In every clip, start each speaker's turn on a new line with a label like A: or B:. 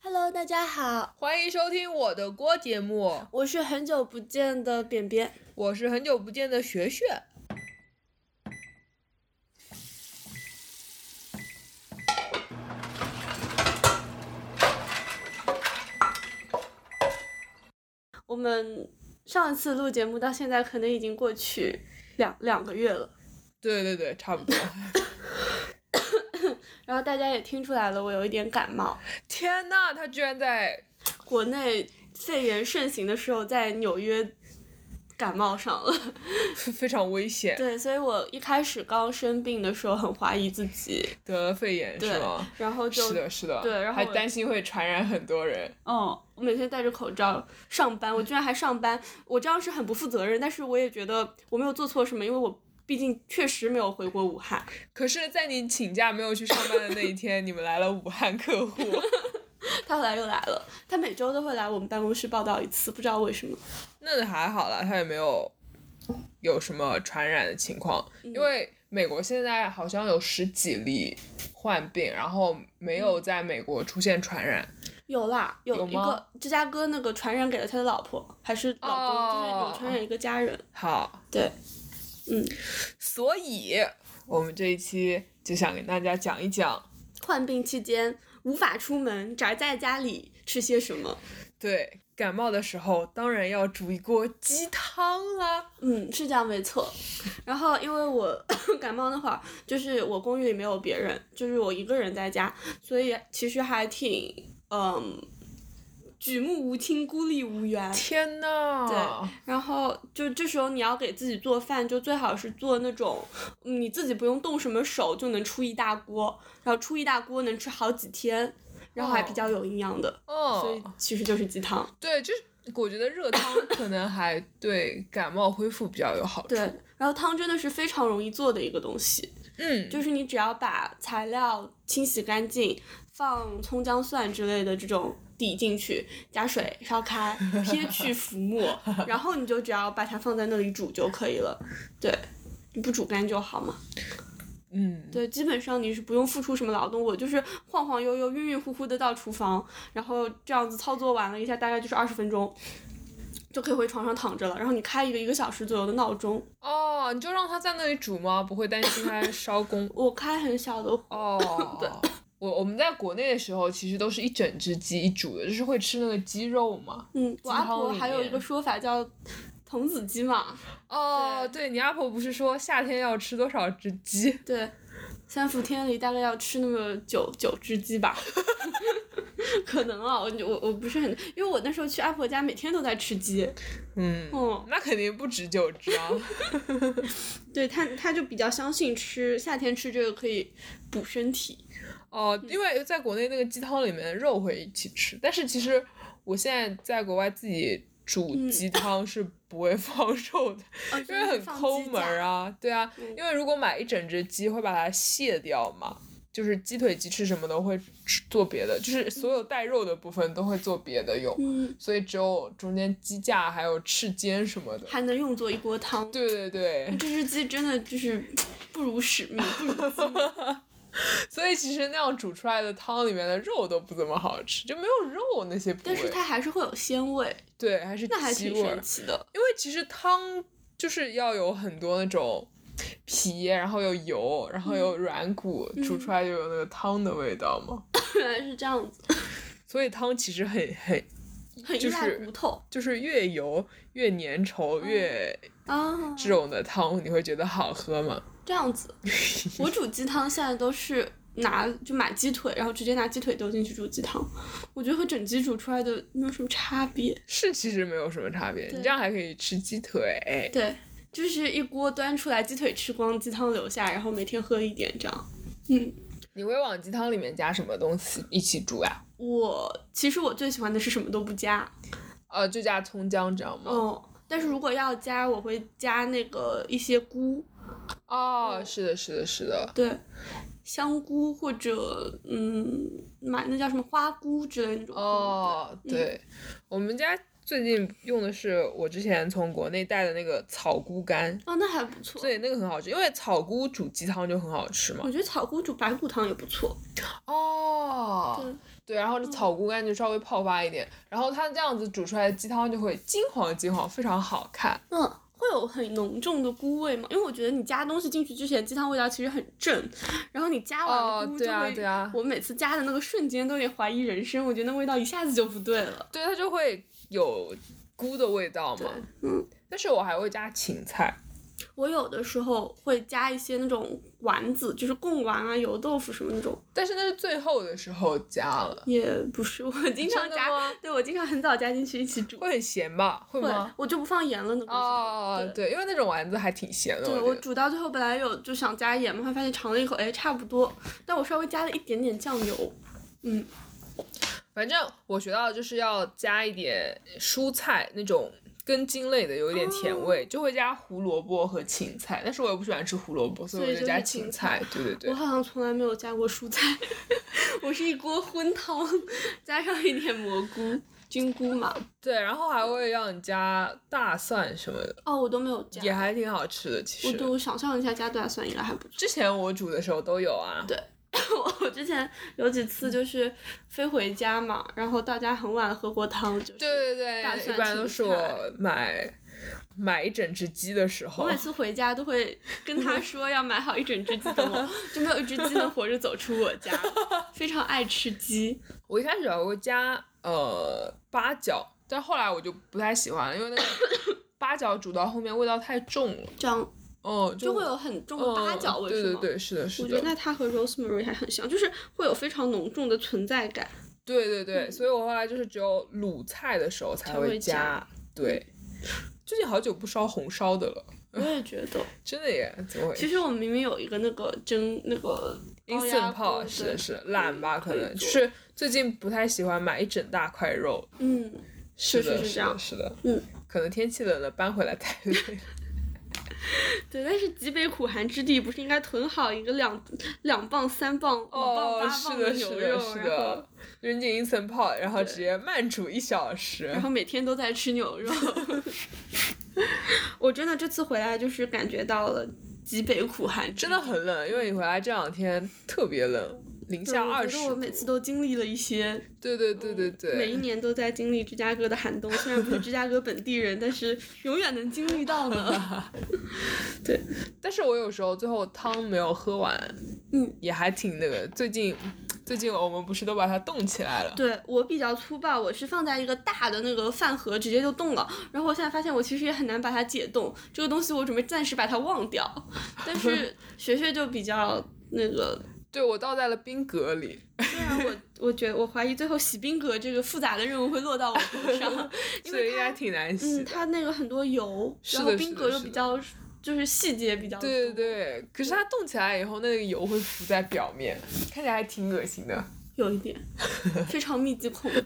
A: Hello，大家好，
B: 欢迎收听我的锅节目，
A: 我是很久不见的扁扁。
B: 我是很久不见的学学。
A: 我们上一次录节目到现在，可能已经过去两两个月了。
B: 对对对，差不多。
A: 然后大家也听出来了，我有一点感冒。
B: 天呐，他居然在
A: 国内肺炎盛行的时候，在纽约感冒上了。
B: 非常危险，
A: 对，所以我一开始刚生病的时候，很怀疑自己。
B: 得了肺炎
A: 对
B: 是吗？，
A: 然后就是
B: 的，是的。
A: 对然后
B: 还
A: 我
B: 担心会传染很多人。
A: 哦，我每天戴着口罩上班，我居然还上班，我这样是很不负责任，但是我也觉得我没有做错什么，因为我毕竟确实没有回过武汉，
B: 可是，在你请假没有去上班的那一天，你们来了武汉客 户，
A: 他后来又来了，他每周都会来我们办公室报道一次，不知道为什么。
B: 那还好啦，他也没有有什么传染的情况，因为美国现在好像有十几例患病，然后没有在美国出现传染。
A: 有啦，有
B: 有
A: 一
B: 吗
A: 个芝加哥那个传染给了他的老婆还是老公，就是
B: 哦
A: 有传染一个家人。
B: 好，
A: 对，嗯，
B: 所以我们这一期就想给大家讲一讲，
A: 患病期间无法出门，宅在家里吃些什么？
B: 对感冒的时候当然要煮一锅鸡汤啦。
A: 嗯，是这样没错。然后因为我 感冒那会儿，就是我公寓里没有别人，就是我一个人在家，所以其实还挺嗯，举目无亲，孤立无援。
B: 天呐，
A: 然后就这时候你要给自己做饭，就最好是做那种嗯你自己不用动什么手就能出一大锅，然后出一大锅能吃好几天，然后还比较有营养的，所以
B: 哦，
A: 其实就是鸡汤。
B: 对，就是我觉得热汤可能还对感冒恢复比较有好处。
A: 对，然后汤真的是非常容易做的一个东西。
B: 嗯，
A: 就是你只要把材料清洗干净，放葱姜蒜之类的这种底进去，加水烧开，撇去浮沫，然后你就只要把它放在那里煮就可以了。对，你不煮干就好嘛。
B: 嗯，
A: 对，基本上你是不用付出什么劳动，我就是晃晃悠悠、晕晕乎乎的到厨房，然后这样子操作完了一下，大概就是二十分钟。就可以回床上躺着了，然后你开一个一个小时左右的闹钟，
B: 哦，你就让它在那里煮吗？不会担心它烧工？
A: 我开很小的火，
B: 哦，
A: 对
B: 我我们在国内的时候，其实都是一整只鸡一煮的，就是会吃那个鸡肉嘛。
A: 嗯，我阿
B: 汤
A: 婆
B: 里
A: 还有一
B: 面
A: 个说法叫童子鸡嘛，
B: 哦，对，你阿婆不是说夏天要吃多少只鸡？
A: 对，三伏天里大概要吃那么九九只鸡吧， 可能啊，我我我不是很，因为我那时候去阿婆家每天都在吃鸡，
B: 嗯，
A: 嗯，
B: 那肯定不止九只啊。
A: 对他他就比较相信吃夏天吃这个可以补身体，
B: 哦，
A: 嗯
B: 因为在国内那个鸡汤里面的肉会一起吃，但是其实我现在在国外自己
A: 嗯
B: 煮鸡汤是不会放肉的，
A: 哦、
B: 因为很抠门儿
A: 啊，
B: 啊。对啊，
A: 嗯
B: 因为如果买一整只鸡，会把它卸掉嘛。就是鸡腿、鸡翅什么的会吃做别的，就是所有带肉的部分都会做别的用，
A: 嗯，
B: 所以只有中间鸡架还有翅尖什么的。
A: 还能用作一锅汤，
B: 对对对，
A: 这只鸡真的就是不辱使命，不 辱
B: 所以其实那样煮出来的汤里面的肉都不怎么好吃，就没有肉那些部
A: 但
B: 位。
A: 是它还是会有鲜味，
B: 对，还是
A: 那还
B: 鸡
A: 挺
B: 味儿
A: 神。奇的。
B: 因为其实汤就是要有很多那种皮，然后有油，然后有软骨，
A: 嗯
B: 煮出来就有那个汤的味道嘛。
A: 原来是这样子，
B: 所以汤其实很很
A: 很依
B: 就
A: 赖
B: 是
A: 骨头、
B: 就是越油越粘稠越
A: 啊。
B: 这种的汤，你会觉得好喝吗？
A: 这样子，我煮鸡汤现在都是拿就买鸡腿，然后直接拿鸡腿丢进去煮鸡汤，我觉得和整鸡煮出来的没有什么差别。
B: 是其实没有什么差别，
A: 对
B: 你这样还可以吃鸡腿。哎
A: 对，就是一锅端出来，鸡腿吃光，鸡汤留下，然后每天喝一点这样。嗯，
B: 你会往鸡汤里面加什么东西一起煮啊呀、
A: 我其实我最喜欢的是什么都不加，
B: 呃，就加葱姜，这样吗？
A: 哦，但是如果要加，我会加那个一些菇，嗯
B: 哦，是的，是的，是的。
A: 对，香菇或者嗯买那叫什么花菇之类的那种。
B: 哦，
A: 嗯
B: 对，我们家最近用的是我之前从国内带的那个草菇干，
A: 对，哦，那还不错。
B: 对，那个很好吃，因为草菇煮鸡汤就很好吃嘛
A: 我。觉得草菇煮白骨汤也不错。
B: 哦，对，然
A: 嗯
B: 后这草菇干就稍微泡发一点，然后它这样子煮出来的鸡汤就会金黄金黄，非常好看。
A: 嗯，会有很浓重的菇味吗？因为我觉得你加东西进去之前，鸡汤味道其实很正，然后你加
B: 哦
A: 完菇就
B: 对
A: 会，
B: 啊对啊
A: 我每次加的那个瞬间都有点怀疑人生，我觉得那味道一下子就不对了。
B: 对，它就会有菇的味道嘛。
A: 嗯，
B: 但是我还会加芹菜。
A: 我有的时候会加一些那种丸子，就是贡丸啊、油豆腐什么那种，
B: 但是那是最后的时候加了，
A: 也不是我经常
B: 真的
A: 加
B: 吗，
A: 对我经常很早加进去一起煮，
B: 会很咸吧？会
A: 对
B: 吗？
A: 我就不放盐了那个。
B: 哦，
A: 对
B: 对，因为那种丸子还挺咸的，
A: 对
B: 我
A: 我
B: 觉得。
A: 煮到最后本来有就想加盐嘛，后来发现尝了一口，哎，差不多，但我稍微加了一点点酱油，嗯，
B: 反正我学到的就是要加一点蔬菜那种。根茎类的有一点甜味，就会加胡萝卜和芹菜，但是我也不喜欢吃胡萝卜，所以
A: 所
B: 我
A: 以就
B: 就
A: 是
B: 加
A: 芹
B: 芹菜。对对
A: 我
B: 对，
A: 好像从来没有加过蔬菜， 我是一锅荤汤， 加上一点蘑菇、菌菇嘛，
B: 对，然后还会让你加大蒜什么的，
A: 哦，我都没有加，
B: 也还挺好吃的。其
A: 我对
B: 实
A: 我想象了一下加大蒜应该还不错。
B: 之前我煮的时候都有啊。
A: 对我我之前有几次就是飞回家嘛，然后到家很晚喝锅汤，就是
B: 对对
A: 大
B: 对，
A: 蒜
B: 一般都是
A: 芹菜
B: 我买买一整只鸡的时
A: 我
B: 候
A: 每，次回家都会跟 他说要买好一整只鸡等我，就没有一只鸡能活着走出我 家，非常爱吃鸡。
B: 我一开始还会加呃八角，但后来我就不太喜欢了，因为 那个八角煮到后面味道太重了，
A: 这样
B: 哦、
A: 就会有很重的八角味，
B: 嗯对
A: 是
B: 对
A: 吗？
B: 对，是的，是
A: 我觉得
B: 的，
A: 那它和 rosemary 还很像，就是会有非常浓重的存在感。
B: 对对对，所以我后来就是只有卤菜的时候
A: 嗯
B: 才
A: 才会
B: 加，
A: 加嗯
B: 对。 最近好久不烧红烧的了，
A: 我也觉得，
B: 真的耶，怎么回
A: 其
B: 事
A: 实我们明明有一个那个蒸那个高压
B: ？instant
A: 锅
B: pot
A: 对
B: 是的是的懒吧，可
A: 可以
B: 能就
A: 做
B: 是最近不太喜欢买一整大块肉，
A: 嗯，
B: 是
A: 确实
B: 的，
A: 是
B: 是
A: 这样
B: 的，是的，
A: 嗯，
B: 可能天气冷了，搬回来 太累了。
A: 对，但是极北苦寒之地不是应该囤好一个两两磅、三磅、五磅、八
B: 哦是
A: 磅的
B: 的，是
A: 牛
B: 的，嗯
A: 肉，然
B: 是
A: 后
B: 的，扔进 instant pot，然后直
A: 对
B: 接慢煮一小时
A: 然。后每天都在吃牛肉。 我真的这次回来就是感觉到了极北苦寒之
B: 真
A: 地，
B: 的很冷，因为你回来这两天特别冷，零
A: 对
B: 下
A: 我
B: 二
A: 觉
B: 十
A: 得。我每次都经历了一些，
B: 对对对对
A: 每一
B: 对，
A: 年都在经历芝加哥的寒冬，虽然不是芝加哥本地人，但是永远能经历到 呢。
B: 但是我有时候最后汤没有喝完，
A: 嗯，
B: 也还挺那个。最近最近我们不是都把它冻起 来了？
A: 对我比较粗暴，我是放在一个大的那个饭盒，直接就冻了。然后我现在发现，我其实也很难把它解冻。这个东西我准备暂时把它忘掉，但 是学学就比较那个。
B: 对，我倒在了冰格里，
A: 虽然 我我觉得我怀疑最后洗冰格这个复杂的任务会落到我头 上，因
B: 所以
A: 为
B: 应
A: 它
B: 该挺难洗
A: 嗯
B: 的。
A: 它那个很多油，
B: 是
A: 然
B: 的
A: 后
B: 是
A: 冰
B: 的
A: 格又
B: 是
A: 比
B: 的
A: 较就是细节比较
B: 对对
A: 多
B: 对，可是它冻起来以后，那个油会浮在表面，看起来还挺恶心的。
A: 有一 点非常密集恐惧，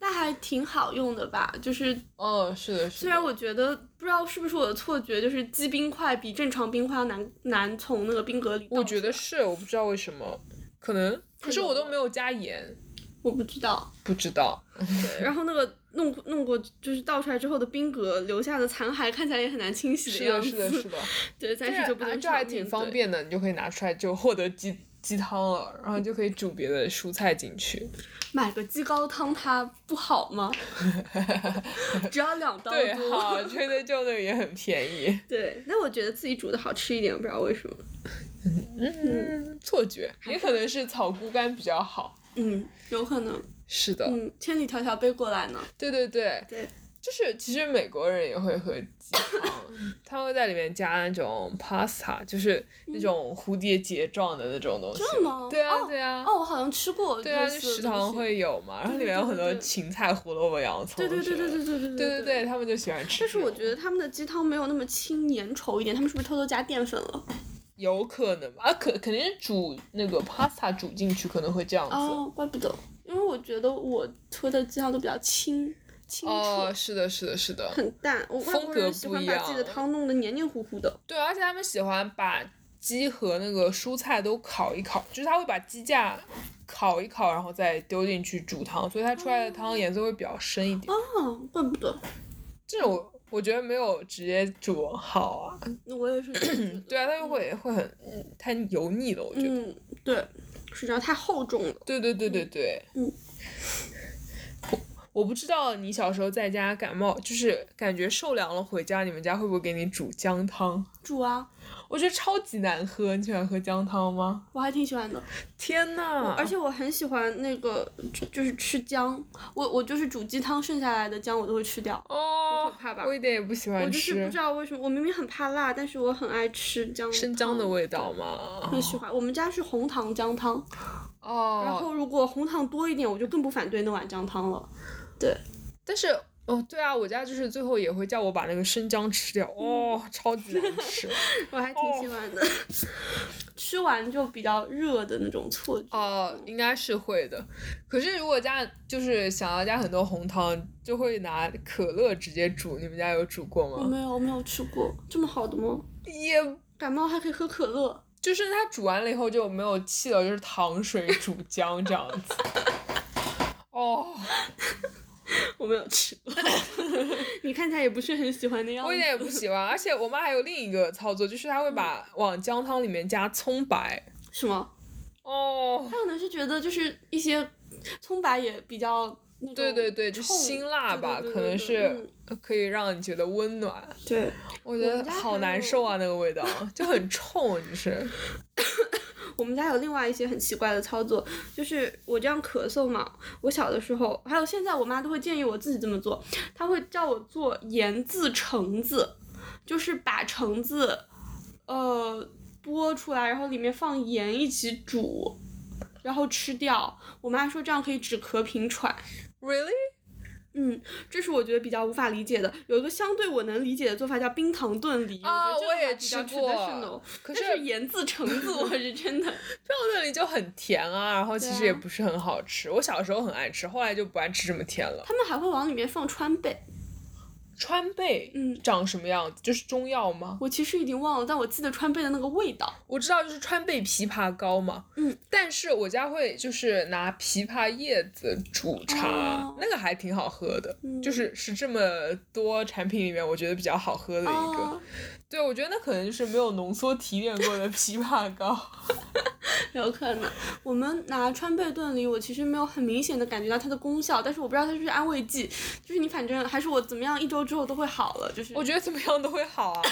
A: 那还挺好用的吧？就是
B: 哦，是的，是的。
A: 虽然我觉得不知道是不是我的错觉，就是积冰块比正常冰块要难难从那个冰格里倒出来。
B: 我觉得是，我不知道为什么，可能，可是我都没有加盐，
A: 我不知道。
B: 不知道。
A: 对然后那个弄弄过就是倒出来之后的冰格留下的残骸看起来也很难清洗
B: 是
A: 样
B: 的，
A: 子。
B: 是的， 是的，
A: 对，但是就不
B: 啊
A: 能
B: 这还
A: 常
B: 挺
A: 面
B: 方
A: 对。
B: 便的，你就可以拿出来就获得鸡鸡汤了，然后就可以煮别的蔬菜进去。
A: 买个鸡高汤它不好吗？ 只要两刀
B: 对，
A: 多。
B: 好，吹的就那个也很便宜，
A: 对，那我觉得自己煮的好吃一点，不知道为什么。
B: 嗯，错觉，也可能是草菇干比较好。
A: 嗯，有可能。
B: 是的，
A: 嗯，千里迢迢背过来呢。
B: 对对对，
A: 对，
B: 就是其实美国人也会喝鸡 汤，他会在里面加那种 pasta，就是那种蝴蝶结状的那种东西。
A: 嗯真的吗？
B: 对啊，
A: 哦
B: 对啊。
A: 哦，我好像吃过
B: 对啊，
A: 类
B: 就
A: 似的
B: 食堂
A: 东西。
B: 会有嘛，然后里
A: 对
B: 面
A: 对
B: 有很
A: 对
B: 多
A: 对
B: 芹菜、胡萝卜、洋葱。
A: 对对对对对对对
B: 对
A: 对
B: 对。对，他们就喜欢吃
A: 但
B: 这
A: 是
B: 种。
A: 我觉得他们的鸡汤没有那么清粘稠一点，他们是不是偷偷加淀粉了？
B: 有可能吧，啊，可肯定是煮那个 pasta 煮进去可能会这样子。
A: 哦，怪不得，因为我觉得我喝的鸡汤都比较清清澈。
B: 哦，是的，是的，是的，
A: 很淡，我外
B: 风
A: 国
B: 格
A: 人喜
B: 不
A: 欢
B: 一
A: 把自己的
B: 样
A: 汤弄得黏黏糊糊的。
B: 对，而且他们喜欢把鸡和那个蔬菜都烤一烤，就是他会把鸡架烤一烤，然后再丢进去煮汤，所以它出来的汤颜色会比较深一点。
A: 哦，怪不得，
B: 这种我我觉得没有直接煮好啊，
A: 嗯 我也是这么觉得。
B: 嗯对啊，它就会会很太油腻了，我觉得。
A: 嗯，对，是这样，太厚重了。
B: 对对对对对，
A: 嗯
B: 我不知道你小时候在家感冒，就是感觉受凉了回家，你们家会不会给你煮姜汤？
A: 煮啊，
B: 我觉得超级难喝，你喜欢喝姜汤吗？
A: 我还挺喜欢的，
B: 天呐！
A: 而且我很喜欢那个，就就是吃姜。我我就是煮鸡汤剩下来的姜，我都会吃掉。
B: 哦
A: 很可怕吧，
B: 我一点也不喜欢
A: 我
B: 吃
A: 就是不知道为什么，我明明很怕辣，但是我很爱吃姜。
B: 生姜的味道。嘛。
A: 很喜欢，我们家是红糖姜汤，然
B: 哦，
A: 后如果红糖多一点，我就更不反对那碗姜汤了。对，
B: 但是哦，对啊，我家就是最后也会叫我把那个生姜吃掉，哦，超级难吃。
A: 我还挺喜欢的， 吃完就比较热的那种错觉。
B: 哦，应该是会的。可是如果加就是想要加很多红糖，就会拿可乐直接煮。你们家有煮过
A: 我
B: 吗？
A: 没有，我没有吃过这么好的吗？
B: 也
A: 感冒还可以喝可乐，
B: 就是它煮完了以后就没有气了，就是糖水煮姜这样 子。哦，
A: 我没有吃过。 你看起来也不是很喜欢的样子。
B: 我一点也不喜欢。而且我妈还有另一个操作，就是她会把往姜汤里面加葱白。
A: 是吗？
B: 哦，
A: 他可能是觉得就是一些葱白也比较那种
B: 对对对，就
A: 冲
B: 辛辣吧，
A: 对对对
B: 可能
A: 对
B: 是
A: 嗯
B: 可以让你觉得温暖。
A: 对。
B: 我觉
A: 们
B: 得
A: 家
B: 好
A: 还
B: 难
A: 有
B: 受啊，那个味道就很冲，就是。
A: 我们家有另外一些很奇怪的操作，就是我这样咳嗽嘛，我小的时候，还有现在，我妈都会建议我自己这么做，她会叫我做盐渍橙子，就是把橙子，呃，剥出来，然后里面放盐一起煮，然后吃掉。我妈说这样可以止咳平喘。
B: Really？
A: 嗯，这是我觉得比较无法理解的。有一个相对我能理解的做法叫冰糖炖梨，
B: 啊
A: 我觉得
B: 我
A: 这个
B: 也
A: 还比较
B: 吃过
A: traditional，
B: 可
A: 但
B: 是
A: 是盐渍橙子， 我是真的。
B: 这种那里就很甜啊，然后其
A: 对
B: 实也
A: 啊
B: 不是很好吃。我小时候很爱吃，后来就不爱吃这么甜了。
A: 他们还会往里面放川贝，
B: 川贝，
A: 嗯
B: 长什么样子？就是中药吗？
A: 我其实已经忘了，但我记得川贝的那个味道。
B: 我知道就是川贝枇杷膏嘛。
A: 嗯，
B: 但是我家会就是拿枇杷叶子煮茶，
A: 哦
B: 那个还挺好喝的。
A: 嗯
B: 就是是这么多产品里面，我觉得比较好喝的一个。
A: 哦，
B: 对，我觉得那可能就是没有浓缩提炼过的枇 杷膏。
A: 有可能。我们拿川贝炖梨，我其实没有很明显的感觉到它的功效，但是我不知道它是不是安慰剂，就是你反正还是我怎么样，一周之后都会好了。就是
B: 我觉得怎么样都会好啊。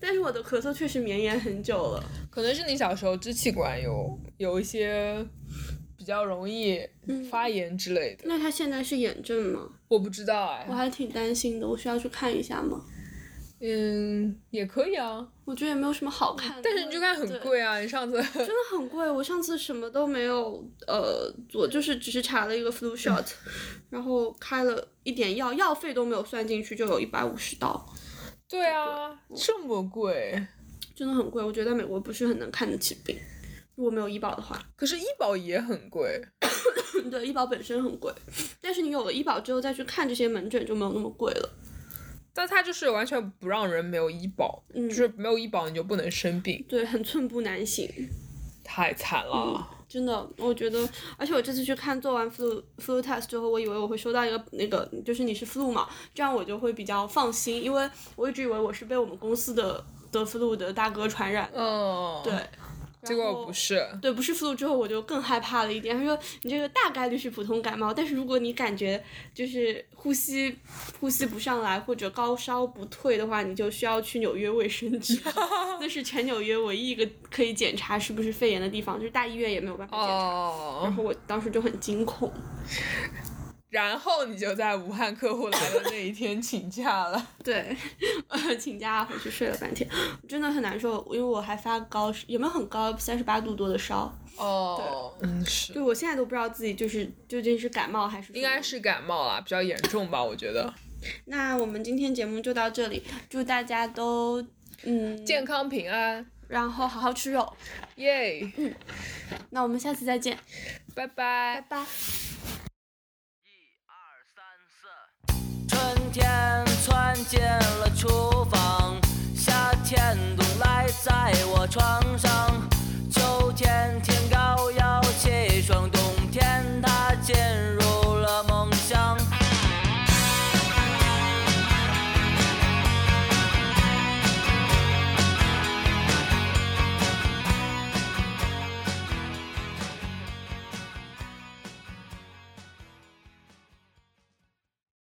A: 但是我的咳嗽确实绵延很久了。
B: 可能是你小时候支气管有有一些比较容易
A: 嗯
B: 发炎之类的，
A: 那他现在是炎症吗？
B: 我不知道
A: 我
B: 哎。
A: 还挺担心的，我需要去看一下吗？
B: 嗯，也可以啊，
A: 我觉得也没有什么好看的，
B: 但是你就看很
A: 对
B: 贵啊。你上次
A: 真的很贵，我上次什么都没有，呃，做就是只是查了一个 flu shot，然后开了一点药，药费都没有算进去，就有一百五十刀，
B: 对啊，这么贵，
A: 真的很贵。我觉得在美国不是很能看得起病，如果没有医保的话，
B: 可是医保也很贵。
A: 对，医保本身很贵，但是你有了医保之后再去看这些门诊就没有那么贵了。
B: 但它就是完全不让人没有医保，
A: 嗯
B: 就是没有医保你就不能生病，
A: 对，很寸步难行，
B: 太惨了。
A: 真的，我觉得，而且我这次去看，做完 flu flu test 之后，我以为我会收到一个那个，就是你是 flu 嘛，这样我就会比较放心，因为我一直以为我是被我们公司的得 flu 的大哥传染的，
B: 嗯，
A: 对，，
B: 结果不。是。
A: 对，不是 flu 之后我就更害怕了一点。他说你这个大概率是普通感冒，但是如果你感觉就是呼吸呼吸不上来或者高烧不退的话，你就需要去纽约卫生局，那是全纽约唯一一个可以检查是不是肺炎的地方，就是大医院也没有办法检查。
B: 哦
A: 然，后我当时就很惊恐，
B: 然后你就在武汉客户来的那一天请 假了。
A: 对，呃，请假回去睡了半天，真的很难受，因为我还发高，有没有很高，三十八度多的烧，
B: 哦，嗯，是
A: 对，我现在都不知道自己就是究竟是感冒还是
B: 应该。是感冒啦，比较严重吧，我觉得。
A: 那我们今天节目就到这里，祝大家都嗯，
B: 健康平安，
A: 然后好好吃肉。
B: 耶，
A: 那我们下次再见，
B: 拜拜
A: 拜。拜。
C: 一二三四。春天窜进了厨房，夏天冬赖在我床上，